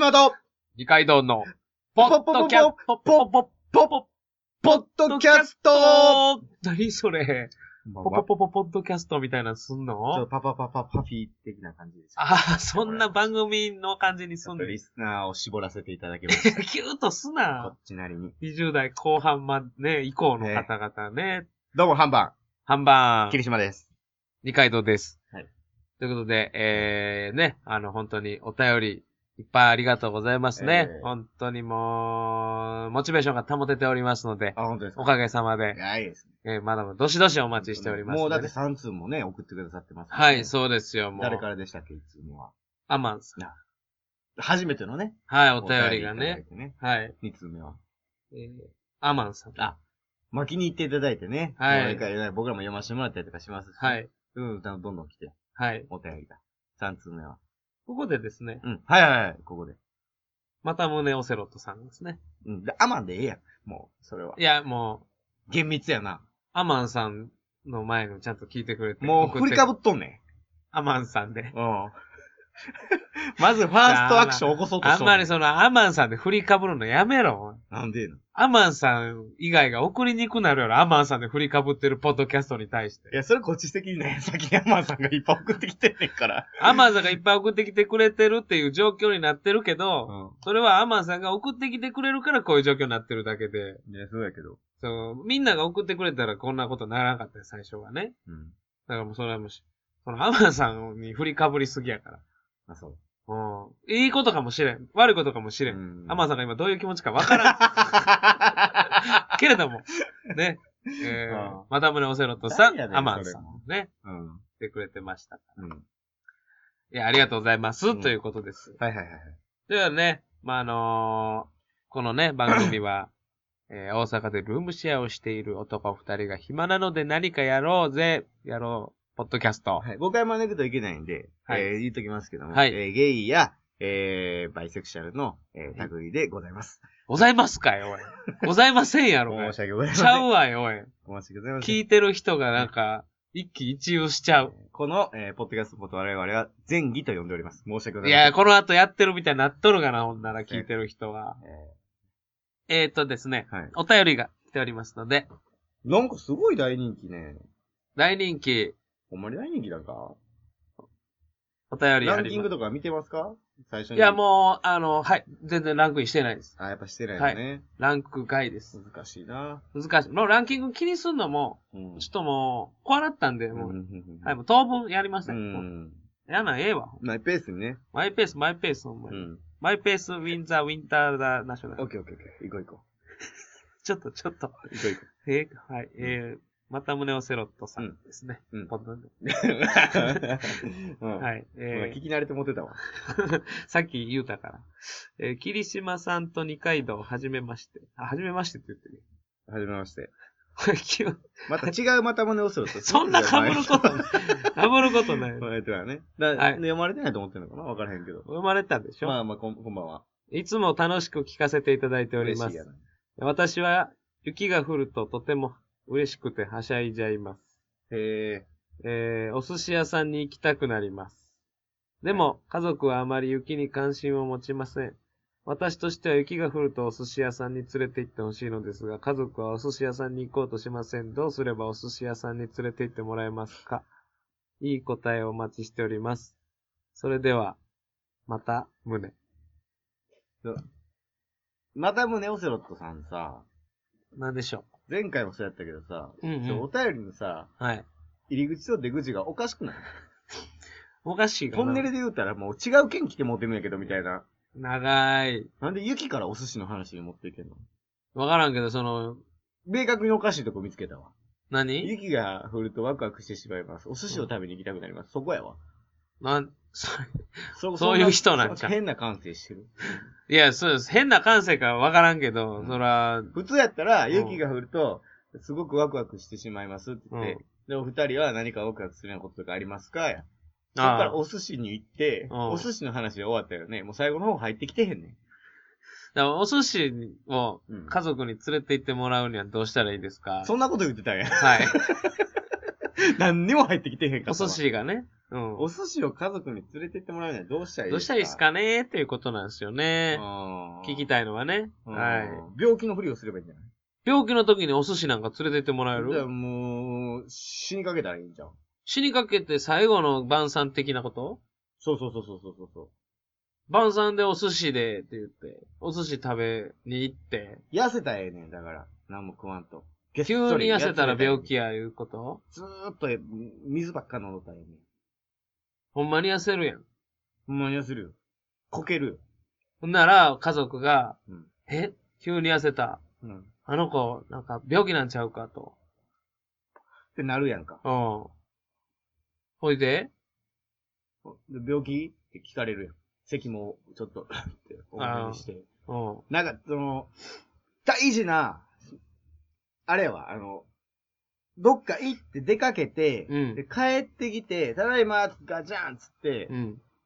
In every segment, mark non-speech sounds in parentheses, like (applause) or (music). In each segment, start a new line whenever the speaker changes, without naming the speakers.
カと、
二階堂の、ポッドキャット、ポッポッポッポッ
ポッドキャストち
ポッ何それ
まあ
ポポポポポッドキャストみたいなのすん
ちょっと
の
パパパパパフィー的な感じです。
ああ、そんな番組の感じに
ち
す
ょっ
んの
とリスナーを絞らせていただきました。
キューとす
こ
な
っ。ちなりに。
20代後半までね、以降の方々ね。
どうも、ハンバ
半ば
ー、霧島です。
二階堂です。
はい
ということで、えー、ね、あの、本当にお便り、いっぱいありがとうございますね。
えー
本当にもう、モチベーションが保てておりますので、
あ、本当ですか
おかげさま
い
で、
や、いいですね。
えー、まだまだどしどしお待ちしております、ね。
もうだって3通もね、送ってくださってます、
はい、そうですよ、もう。
誰からでしたっけ、いつもは。
アマンさん。
初めてのね。
はい、お便りが
お便い
ね。
ただいてね。
はい。
2通目は。
えー、アマンさん。
あまあ、気に入っていただいてね。
はい
もう一回ね僕らも読ませてもらったりとかしますし。
は。い、
うん、どんどん来て、
はい。
お便りが。3通目は。
ここでですね、
うん。はいはいはい、ここで。
また胸オセロットさんですね。。
うん。でアマンでええやん。もう、それはい
や、もう、
厳密やな。
アマンさんの前にもちゃんと聞いてくれて。
もう、
送
振
て
りかぶっとんねん。
アマンさんで。
うん。 (laughs) まずファーストアクション起こそうと
あ
し
ん
と
まり
そ
その、アマンさんで振りかぶるのやめろ。おい
なんでええのい
アマンさん以外が送りにくくなるやろ。アマンさんで振りかぶってるポッドキャストに対して。
や、それこっち的にね、 (laughs) 先にアマンさんがいっぱい送ってきてんねん (laughs) から。
アマンさんがいっぱい送ってきてくれてるっていう状況になってるけど、それはアマンさんが送ってきてくれるからこういう状況になってるだけで、
ん。いや、そうやけど。
その、みんなが送ってくれたらこんなことならなかったよ、最初はね。
うん。
だからもうそれはもうし、そのアマンさんに振りかぶりすぎやから。
あ、そう。
うん。いいことかもしれん。悪いことかもしれん。
ん
アマンさんが今どういう気持ちかわから
(laughs)
ん。けれども、ね。えー
うん、
マダムネオセロットさ
何やね
ん、
ん
アマ
そ
ン
れ
さんね、
うん。
来てくれてました。
うん。
いや、ありがとうございます、
うん
ということです。
はいはいはいはい。
ではね、まあ、あのーこのね、番組は、 (clears throat) えー大阪でルームシェアをしている男二人が暇なので何かやろうぜ、やろう、ポッドキャスト。
はい。誤解招くといけないんで、
はい
えー言っときますけども、
はい
えーゲイや、えー、バイセクシャルの、えー、類でございます。
ございますかい、おい。ございませんやろが
申 (laughs)
い。
し訳ございませ
ち
ん。
ゃうわい、おい。
申し訳ございません
聞。いてる人がなんか、一喜一憂しちゃう。
この、えー、ポッドキャストのことを我々は前儀と呼んでおります。申し訳ござ
い
いません。
や、この後やってるみたいになっとるかな、ほんなら聞いてる人は。
え
えー、とですね、
ーはい。
お便りが来ておりますので、
なんかすごい大人気ね。
大人気、
ほんまに大人気なんか
お便りあ
ランキ
り
ン
ま
グ
す。
とか見てますか最初に。
いや、もう、あの、はい、全然ランクインしてないです。
う。あ、やっぱしてないよね。
ランク外です。
難しいな。
難しい。もうランキング気にすんのも、
うん
ちょっともう、怖なったんで、
うん
もう、
うん
はい、もう当分やりませ。
うん。
もうんやな、ええわ。
マイペースにね。
マイペース、マイペース、お前。
うん。
マイペース、ウィンザー、ウィンター、ザ、ナショナ
オッ
ル。
ケーオッケーオッケー。行こう行こ
ちょっと、ちょっと。
う。行こう行こ
えー、はい、えー、また胸をセロットさんですね。
う。うん
ポッドで (laughs)
うん。
はい、
ほら
えー
聞、き慣れて持ってたわ。
さっき言うたから。えー、霧島さんと二階堂、はじめまして。あ、はじめましてって言ってる。
はじめまして。
これ急
また違うまたもねをすると。
(laughs) そんな被ることない。被ることない。
と。え (laughs) てはね。だ
はい
読まれてないと思ってるのかなわからへんけど。
生まれたんでしょ、
まあまあ、こんこんばんは。
いつも楽しく聞かせていただいておりま
嬉しいや
す。
な
私は雪が降るととても嬉しくてはしゃいじゃいます。
へ
えー、お寿司屋さんに行きたくなります。でも、家族はあまり雪に関心を持ちません。私としては雪が降るとお寿司屋さんに連れて行ってほしいのですが、家族はお寿司屋さんに行こうとしません。どうすればお寿司屋さんに連れて行ってもらえますかいい答えをお待ちしております。それでは、また、胸。
え。またもねオセロットさんさ、
なんでしょ
前回もそうやったけどさ、
う。うん、
ちょお便りのさ、
はい。
入り口と出口がおかしくない
おかしいかな。
トンネルで言うたらもう違う県来て持ってるんやけどみたいな。
長い。
なんで雪からお寿司の話に持っていけんの
わからんけど、その、
明確におかしいとこ見つけたわ。
何
雪が降るとワクワクしてしまいます。お寿司を食べに行きたくなります。そこやわ。
なん、それ
そ
そういう人なんか
そ変な感性してる。
いや、そうです。変な感性かわからんけど、
うん
そら、
普通やったら、
うん
雪が降ると、すごくワクワクしてしまいますって言って、
うん
で、お二人は何かワクワクするようなこととかありますかや。そこか
あ
らお寿司に行って、
うん
お寿司の話で終わったよね。もう最後の方入ってきてへんね
あ、お寿司を
ん。うん
家族に連れて行ってもらうにはどうしたらいいですか
そんなこと言ってたんや。 (laughs)
はい。
何にも入ってきてへんか
お
ったわ。
寿司がね。うん。
お寿司を家族に連れてってもらうにはどうしたらいい
どうしたらいいですかねっていうことなんですよね。聞き
い。
たいのはね。
うん
はい。
病気のふりをすればいいんじゃない
病気の時にお寿司なんか連れてってもらえ
じゃあ
る
もう、死にかけたらいいんじゃん。
死にかけて最後の晩餐的なこと
そうそうそうそうそうそう。
晩餐でお寿司でって言って、お寿司食べに行って、
痩せたらええねん、だから。何も食わんと。急
急に痩せたら病。気やいうこと
ずーっとえ水ばっか飲んどったらええねん。
ほんまに痩せるやん。
ほんまに痩せるよ。こける
ほんなら家族が、
よ。うん。
え急に痩せた。
うん。っ
あの子、なんか病気なんちゃうかと。
てなるやんか。
うん。ほいで
で病気って聞かれるやん。咳もちょっと (laughs) って思いして。
うん。
なんか、その、大事な、あれは、あの、どっか行って出かけて、
うん
で帰ってきて、ただいま、ガチャンっつって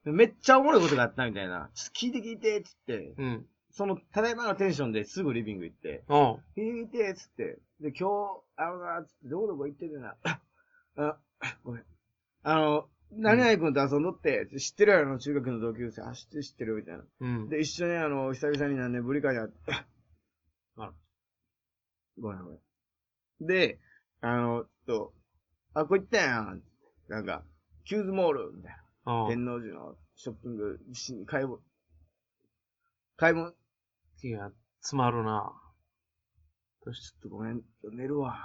う、ん。
めっちゃおもろいことがあったみたいな、ちょっと聞いて聞いてっつって、
うん。
その、ただいまのテンションですぐリビング行って、
うん。
聞いて聞いてっつって、で、今日、あのな、つって、どこどこ行ってるな、あ、ごめん。あの、何々君と遊んどって、知ってるやろあの、中学の同級生、あ、知ってる知ってるみたいな。
うん。
で、一緒にあの、久々に何年ぶりかに会って、
あら
ごめんごめん。で、あの、ちょっと、あ、こ行ったやん。なんか、キューズモール、みたいな。
うん。
天王寺のショッピング、し買い物、買い物、ちょ
気が詰まるな。
っとごめん、寝るわ。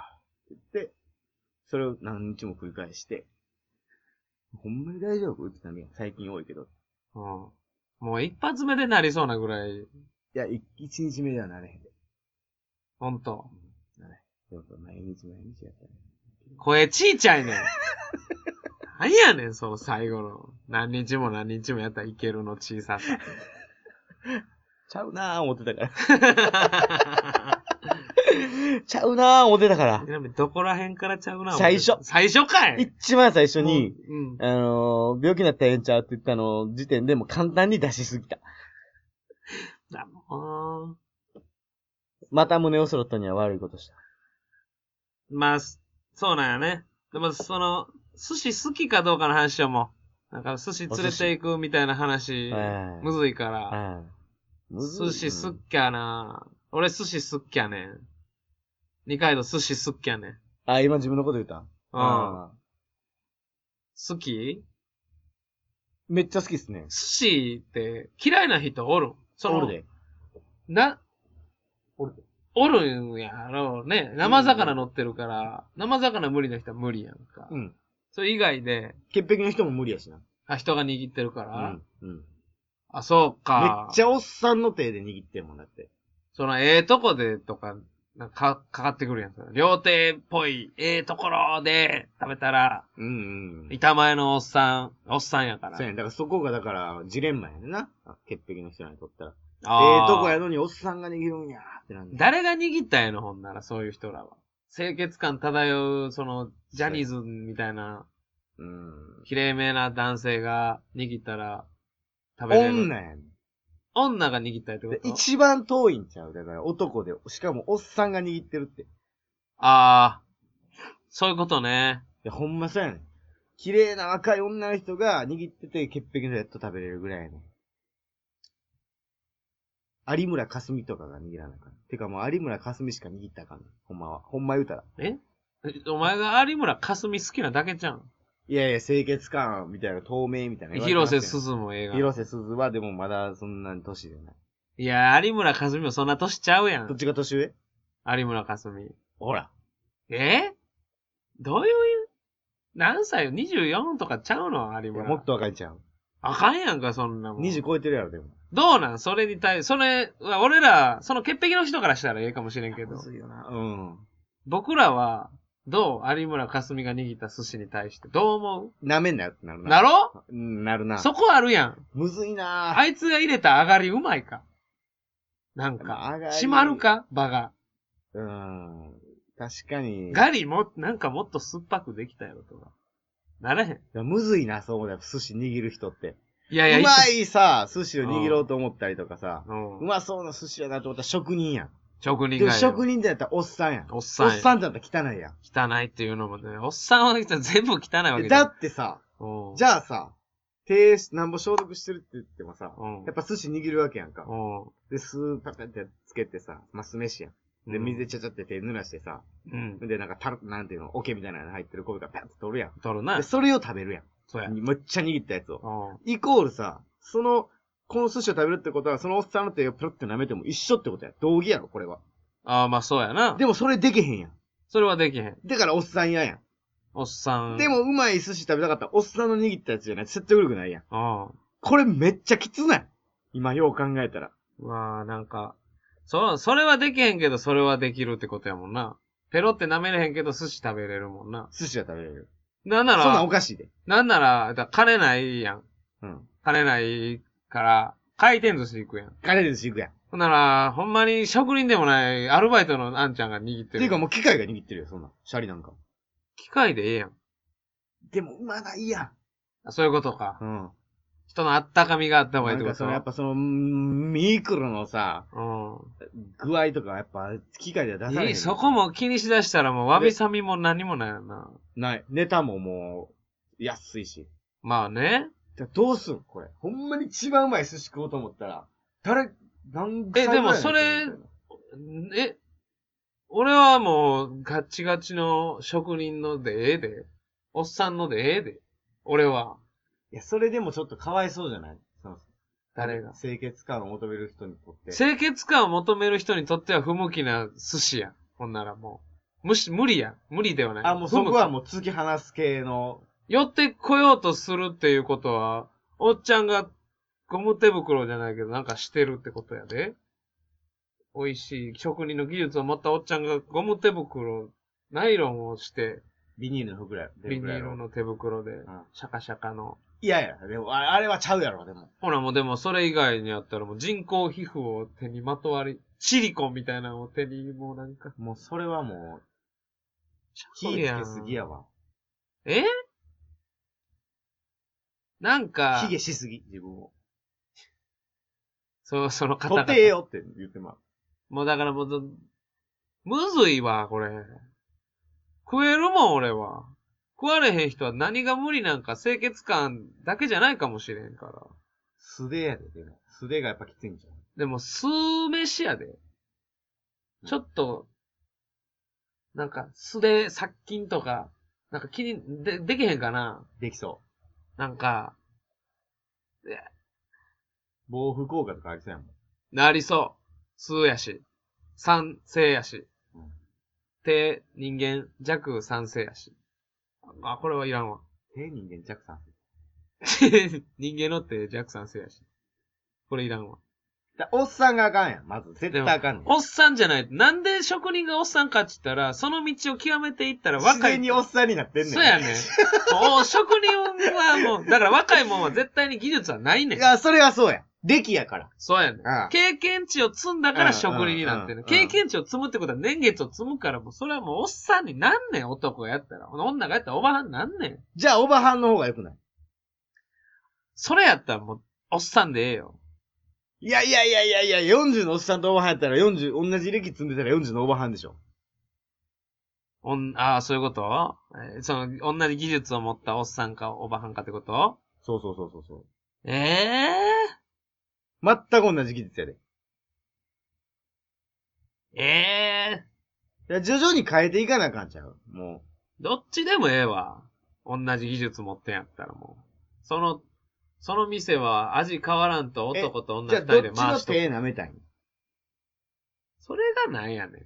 って言って、それを何日も繰り返して、ほんまに大丈夫って言った最近多いけど。
うん。もう一発目でなりそうなぐらい、
いや、一一日目ではなれへんで。
ほんと。
やっぱ毎日毎日やったら。
声ちい
(laughs)
ちゃいねん。何やねん、その最後の。何日も何日もやったらいけるの小
(laughs)
ささ。
ちゃうなぁ思ってたから。 (laughs) ちゃうなぁ思ってたから
ち。なみにどこら辺からちゃうな。
最初
俺最初かい
一番最初に、
うん。
あのー、病気になったらええんちゃうって言ったの時点でもう簡単に出しすぎた。
だもん
また胸をそろったには悪いことした。
まあ、すそうなんやね。でも、その、寿司好きかどうかの話はもう。なんか寿司連れていくみたいな話、
はい
むずいから。
はい。むずい
寿司すっきゃな、俺寿司すっきゃねん。二階堂寿司すっきゃねん。
あ、今自分のこと言った。
うん。好き
うん。めっちゃ好きっすね
寿。司って嫌いな人おるんその
おるで。
な、
おるで。
おるんやろうね。生魚乗ってるから、生魚無理な人は無理やんか。
うん。
それ以外で、
潔癖の人も無理やしな。
あ、人が握ってるから。
うん。うん。
あ、そうか。
めっちゃおっさんの手で握ってんもんだって。
その、ええとこでとか、なんかか、かかってくるやん。その料亭っぽい、ええところで食べたら、
うんうんうん。
板前のおっさん、おっさんやから。
そうやね。だからそこがだから、ジレンマやねんな。あ潔癖の人らにとったら。え
あ
え
ー
とこやのにおっさんが握るんやーってなんで。
誰が握ったんやの、ほんなら、そういう人らは。清潔感漂う、その、ジャニーズみたいな、
うん。
綺麗めな男性が握ったら、食べれる。
女やねん。
女が握ったりってこ
で
と
一番遠いんちゃうだから男で、しかもおっさんが握ってるって。い
ああ、そういうことね。
や、ほんまそうやねん。綺麗な若い女の人が握ってて潔癖のやっと食べれるぐらいやねん。有村架純とかが握らなあかん。てかもう有村架純しか握ったらあかんねん。ほんまは。ほんま言うたら。
ええお前が有村架純好きなだけじゃん。
いやいや、清潔感みたいな、透明みたいな言われてま
広
すや
瀬
ん。
すずも映画。
広瀬すずはでもまだそんなに年でない。
いや、有村架純もそんな年ちゃうや
どっ
ん。
ちが年上
有村架純。
ほら。
えどういう、何歳よ ?24 とかちゃうの有村。
もっと若いちゃう。
あかんやんか、そんなもん。
20超えてるやろ、でも。
どうなんそれに対、それ、俺ら、その潔癖の人からしたらええかもしれんけど、
いよな。うん。
僕らは、どう有村架純が握った寿司に対して、どう思
なめんなよってなる
う
な。
なろ
うんなるな。
そこあるやん。
むずいなぁ。
あいつが入れた上がりうまいか。なん
まあ
か
上が、り
閉まるか場が。
うん。確かに。
ガリも、なんかもっと酸っぱくできたやろとか。ならへん。
むずいな、そうだよ。寿司握る人って。
いやいや、
うま
い
いさ、寿司を握ろうと思ったりとかさ。
う。
うんまそうな寿司やなと思ったら職人やん。
職人
でも
がいる。
職人だったらおっさんやん。
おっさんや
おっさんだったら汚いやん
汚いっていうのもね、おっさんは汚い全部汚いわけ
え。
じゃ
だ
ん
ってさ、
うん。
じ
ゃ
ゃあさ、手、なんぼ消毒してるって言ってもさ、
うん
やっぱ寿司握るわけやんか。
うん。
で、酢パカってつけてさ、まあ、酢飯やん。で、
うん
水でちゃちゃって手濡らしてさ、
うん。
で、なんか、たる、なんていうの、桶みたいなの入ってる米がパンって取るやん。
取るな
で、。それを食べるや。
そうや。うん
むっちゃ握ったやつを。
ん。
イコールさ、その、この寿司を食べるってことは、そのおっさんの手をプロって舐めても一緒ってことや。同義やろ、これは。
ああ、まあそうやな。
でもそれできへんやん。
それはできへん。
だからおっさん嫌や
おっさ
ん。
ん。
でもうまい寿司食べたかったら、おっさんの握ったやつじゃない説得力ないやん。
うん。
これめっちゃきつない。今よう考えたら。
まあ、なんか、そ、それはできへんけど、それはできるってことやもんな。ペロって舐めれへんけど、寿司食べれるもんな。
寿司は食べれる。
な
そ
んなん
なん
ら
お、かしいで。
なんなら、だ金ないやん。
うん。
金ないから、回転寿司行くやん。
カレー寿司行くやん。っ
ほんなら、ほんまに職人でもない、アルバイトのあんちゃんが握って
て
る。
いうかもう機械が握ってるよ、そんなん。シャリなんか。
機械でええやん。
でも、うまないや
あそういうことか
ん。。うん。
人のあったかみがあった方がいい
な
って
んか
こと
その、やっぱその、うんミクロのさ、
う
具合とかはやっぱ、機械では出さ
ん。
れ
い
へ
い
ん。
そこも気にしだしたらもう、わびさみも何もないよな。
ない。ネタももう、安いし。
まあね。
じゃあどうすんこれ。ほんまに一番うまい寿司食おうと思ったら、誰、何
えでもそれえ、俺はもう、ガッチガチの職人のでええで。おっさんのでええで。俺は、
いや、それでもちょっとかわいそうじゃないその
誰が。
清潔感を求める人にとって。
清潔感を求める人にとっては不向きな寿司や。ほんならもう。むし、無理や。無理ではない。
あ、もうそこは
う。
もう突き放す系の、
寄ってこようとするっていうことは、おっちゃんがゴム手袋じゃないけどなんかしてるってことやで。美味しい職人の技術を持ったおっちゃんがゴム手袋、ナイロンをして、
ビニールの服ぐらい。
ビニール。の手袋で
ん、
シャカシャカの。
いやいや、でも、ああれはちゃうやろ、でも。
ほらもうでもそれ以外にあったらもう人工皮膚を手にまとわり、シリコンみたいなのを手にもうなんか。
もうそれはもう、火つ
いや
け
ん
すぎやわ。
えなんか
火、消しすぎ、自分を。
そう、その方
取っ
々
てええよって言ってまう。
もうだからもうど、むずいわ、これ。食えるもん、俺は。食われへん人は何が無理なんか清潔感だけじゃないかもしれんから。
素手やで、でも。素手がやっぱきついんじゃん。
でも、酢飯やで。ちょっと、なんか、素で殺菌とか、なんか気に、で、できへんかな
できそ
なんか、
う。防腐効果とかありそうやもん。
なりそう。酢やし。酸性やし
うん。
低人間、弱酸性やし。あ、これはいらんわ。 (laughs)
手人間弱さ。
人間のって弱酸性やし。これいらんわ。
だおっさんがあかんやん、まず。絶対あかんねん。
おっさんじゃない。なんで職人がおっさんかって言ったら、その道を極めていったら
自
若い
然。におっさんになってんねん。
そう
(laughs)
やねん。お職人はもう、だから若いもんは絶対に技術はないねん
い。や、それはそうや。出来やから。
そうやねん
ああ。
経験値を積んだから職人になって
うんうんう
る。
ん
経験値を積むってことは年月を積むから、もうそれはもうおっさんになんねん、男がやったら。女がやったらおばはんなんねん。
じゃあ、おばはんの方が良くない
それやったらもう、おっさんでええよ。
いやいやいやいやいや、40のおっさんとおばはんやったら40、同じ歴積んでたら40のおばはんでしょ。
おん、ああ、そういうことえーその、同じ技術を持ったおっさんかおばはんかってこと
そうそうそうそうそう。
ええ
全く同じ技術やで。
ええ
いや、徐々に変えていかなあかんちゃう。も
どっちでもええわ。同じ技術持ってんやったらもう。その、その店は味変わらんと男と
う。じゃ
女
あ、どっ
二人で
ち
回
の
しとく。
手舐めたいん
それがなんやねん。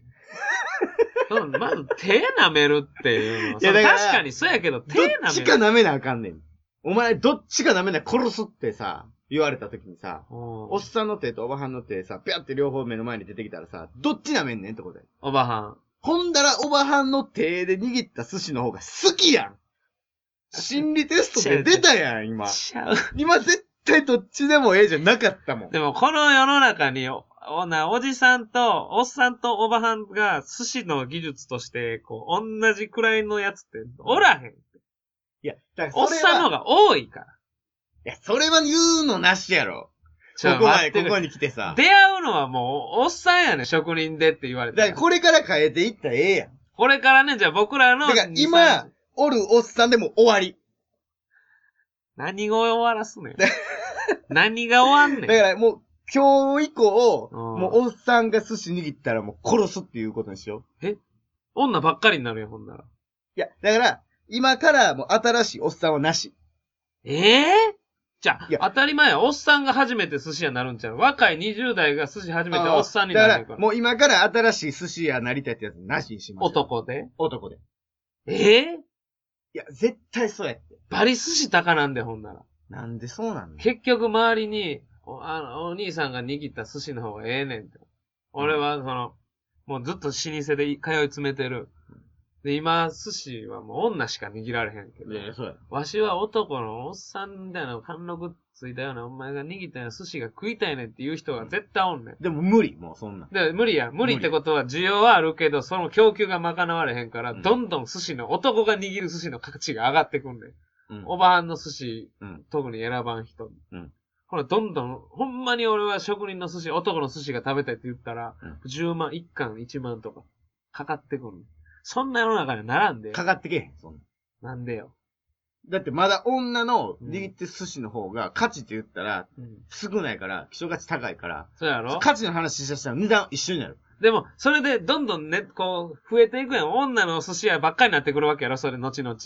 そうまず手舐めるっていうの。
いやだから
その確かにそうやけど手
ど
舐
っ
める。
ちか舐めなあかんねん。お前、どっちか舐めない、殺すってさ、言われた時にさ、
うん
おっさんの手とおばはんの手さ、ぴゃって両方目の前に出てきたらさ、どっち舐めんねんってことや。
おばはん。
ほんだら、おばはんの手で握った寿司の方が好きやん心理テストで出たやん、今。
ちゃう。
今絶対どっちでもええじゃなかったもん。
でもこの世の中にお、おな、おじさんと、おっさんとおばはんが寿司の技術として、こう、同じくらいのやつって、おらへん。
いや、だか
お
ら
っ
それ
さんの
は、
方が多いから。
いや、それは言うのなしやろ。
ち
こ
ょ
こま
待
で、
って
こ
くれ
こに来てさ。
出会うのはもう、おっさんやねん、職人でって言われ
だ
た。
かららこれから変えていったらええやん。
これからね、じゃあ僕らの。
だから今
2 3
おるおっさんでも終わり。
何が終わらすねん。何が終わんね
だ
ん。
からもう、今日以降、
うん
もうおっさんが寿司握ったらもう殺すっていうことにしよう。
女ばっかりになるよ、ほんなら。
いや、だから、今からもう新しいおっさんはなし。
ええじゃあ
いや、
当たり前や。おっさんが初めて寿司屋になるんちゃう若い20代が寿司初めて
あー
おっさんにな
だ
る
か、
からら。
もう今から新しい寿司屋なりたいってやつなしにします。。
男で。
男で。
ええ
いや、絶対そうやって。
バリ寿司高なんで、ほんなら。
なんでそうなんの
結局、周りに、おあのお兄さんが握った寿司の方がええねんって。俺は、その、もうずっと老舗でい通い詰めてる。で、今、寿司はもう女しか握られへんけど。
そうや。
わしは男のおっさんみたいな貫禄ついたようなお前が握ったような寿司が食いたいねんっていう人が絶対おんねん。
でも無理、もうそんなん。
で、無理や。無理ってことは需要はあるけど、その供給が賄われへんから、
うん
どんどん寿司の、男が握る寿司の価値が上がってくんねん。
うん
おばはんの寿司、
うん
特に選ばん人。
うん
ほら、どんどん、ほんまに俺は職人の寿司、男の寿司が食べたいって言ったら、
うん
10万、1貫1万とか、かかってくんねん。そんな世の中にならんで。
かかってけへん、そんなん。
なんでよ。
だってまだ女の握って寿司の方が価値って言ったら
うん。
少ないから、希少価値高いから、
そうやろ
価値の話したら値段一緒になる。
でも、それで、どんどんね、こう、増えていくやん。女のお寿司屋ばっかりになってくるわけやろ、それ、後々。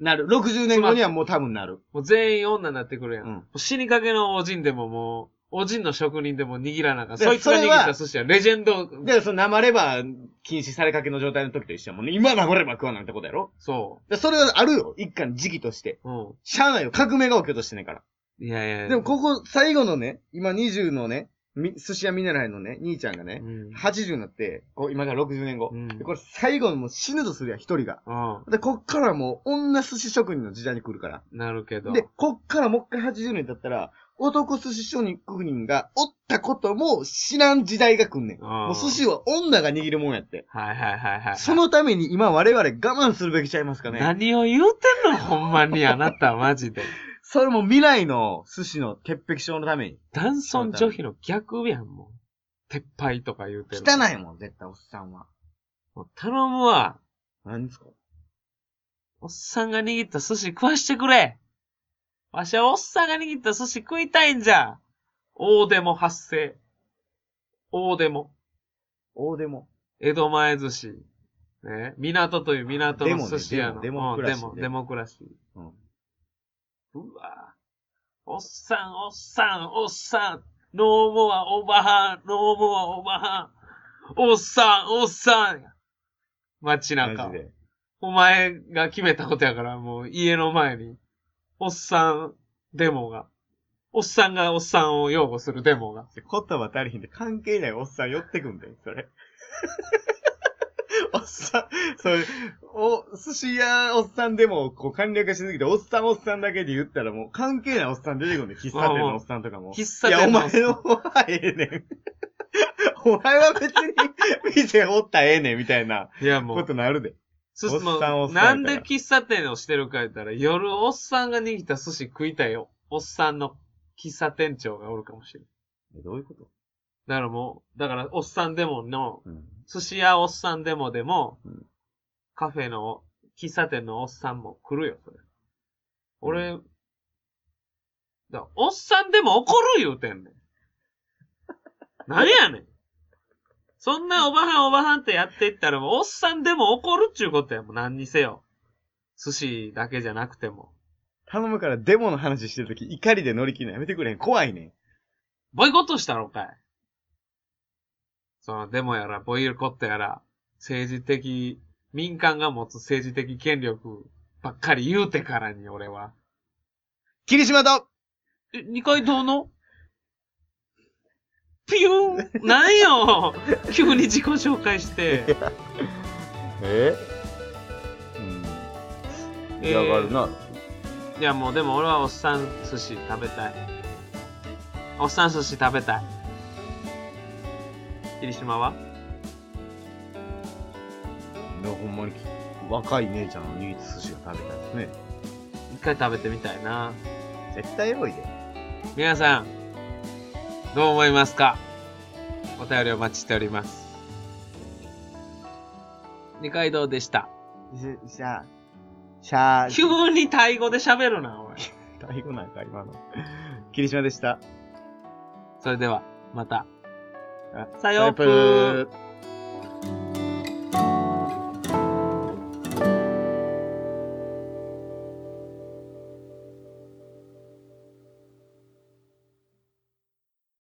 なる。60年後にはもう多分なる。
もう全員女になってくるやん。
うん
もう死にかけのおじんでももう、おじんの職人でも握らなあかん。
で
そいつが
そ
握
れは
った寿司はレジェンド、
だからその生レバー禁止されかけの状態の時と一緒やもんね。今生レバー食わないってことやろ
そ
だからそれはあるよ。一貫時期として。
う。う
しゃあないよ。革命が起きようとしてないから。
ん。いやいやいや
でも、ここ最後のね、今20のね、み寿司屋見習いのね、兄ちゃんが
う
ね、
ん。
80になって、こう今から60年後。
うん
でこれ最後のもう死ぬとするやん、一人が。
うん。
で、こっからもう女寿司職人の時代に来るから。
なるけど。
で、こっからもう一回80年経ったら、男寿司職人がおったことも知らん時代が来んねん。
うん
もう寿司は女が握るもんやって。
はいはいはいはい。
そのために今我々我慢するべきちゃいますかね。
何を言うてんのほんまに、あなたマジで。
それも未来の寿司の潔癖症のために。
男尊女卑の逆やん、もう。撤廃とか言うてる。
汚いもん、絶対おっさんは。
もう頼むわ。
何ですか
おっさんが握った寿司食わしてくれわしはおっさんが握った寿司食いたいんじゃ大でも発生。大でも。
大でも。
江戸前寿司。ね、港という港の寿司屋の。
デモねデモデモクラシー
う
ね
んデモデ
う
モクラシー。
ん。
うわおっさん、おっさん、おっさん。ノーモア、オバハン、ノーモア、オバハン。おっさん、おっさん。街
マ
中。
ジで。
お前が決めたことやから、もう家の前に、おっさんデモが、おっさんがおっさんを擁護するデモが。
言葉足りひんで関係ないおっさん寄ってくんだよ、そ (laughs) れ。おっさん、それ、お、寿司屋おっさんでも、こう、簡略化しすぎて、おっさんおっさんだけで言ったらもう関係ないおっさん出てくんだよ、喫茶店のおっさんとかも。
喫茶店
いや、お
の
前の方はええねん。 (laughs) お前は別に店おったらええねん、みたいない
やも
こ
う
と、なるで。
す
おっさん
も
お
う
っさんやから
なんで喫茶店をしてるか言ったら、夜おっさんが握った寿司食いたいよ。おっさんの喫茶店長がおるかもしれん。
どういうこと
だからもう、だからおっさんデモの、
うん。
寿司屋おっさんデモでも
うん、
カフェの、喫茶店のおっさんも来るよ、それ。俺、だからおっさんでも怒る言うて
(laughs)
んねん。何やねん。そんなおばはんおばはんってやっていったら、もうおっさんでも怒るっちゅうことやもう何にせよ。寿司だけじゃなくても。
頼むからデモの話してるとき、怒りで乗り切るのやめてくれへん。怖いねん。
ボイコットしたろかい。その、デモやら、ボイコットやら、政治的、民間が持つ政治的権力ばっかり言うてからに、俺は。
霧島と
え、二階堂のピューンなんよ急に自己紹介して。
えうん。
嫌がる
な。
いや、もうでも俺はおっさん寿司食べたい。おっさん寿司食べたい。霧島は
いや、ほんまにき若い姉ちゃんの握った寿司が食べたいですね。
一回食べてみたいな。
絶対エロいで。
皆さん、どう思いますかお便りお待ちしております。二階堂でした。
じゃ、じゃあ、しゃあ、
急にタイ語で喋るな、おい。
最後なんか今の。霧島でした。
それでは、また。
あ
さようぷー。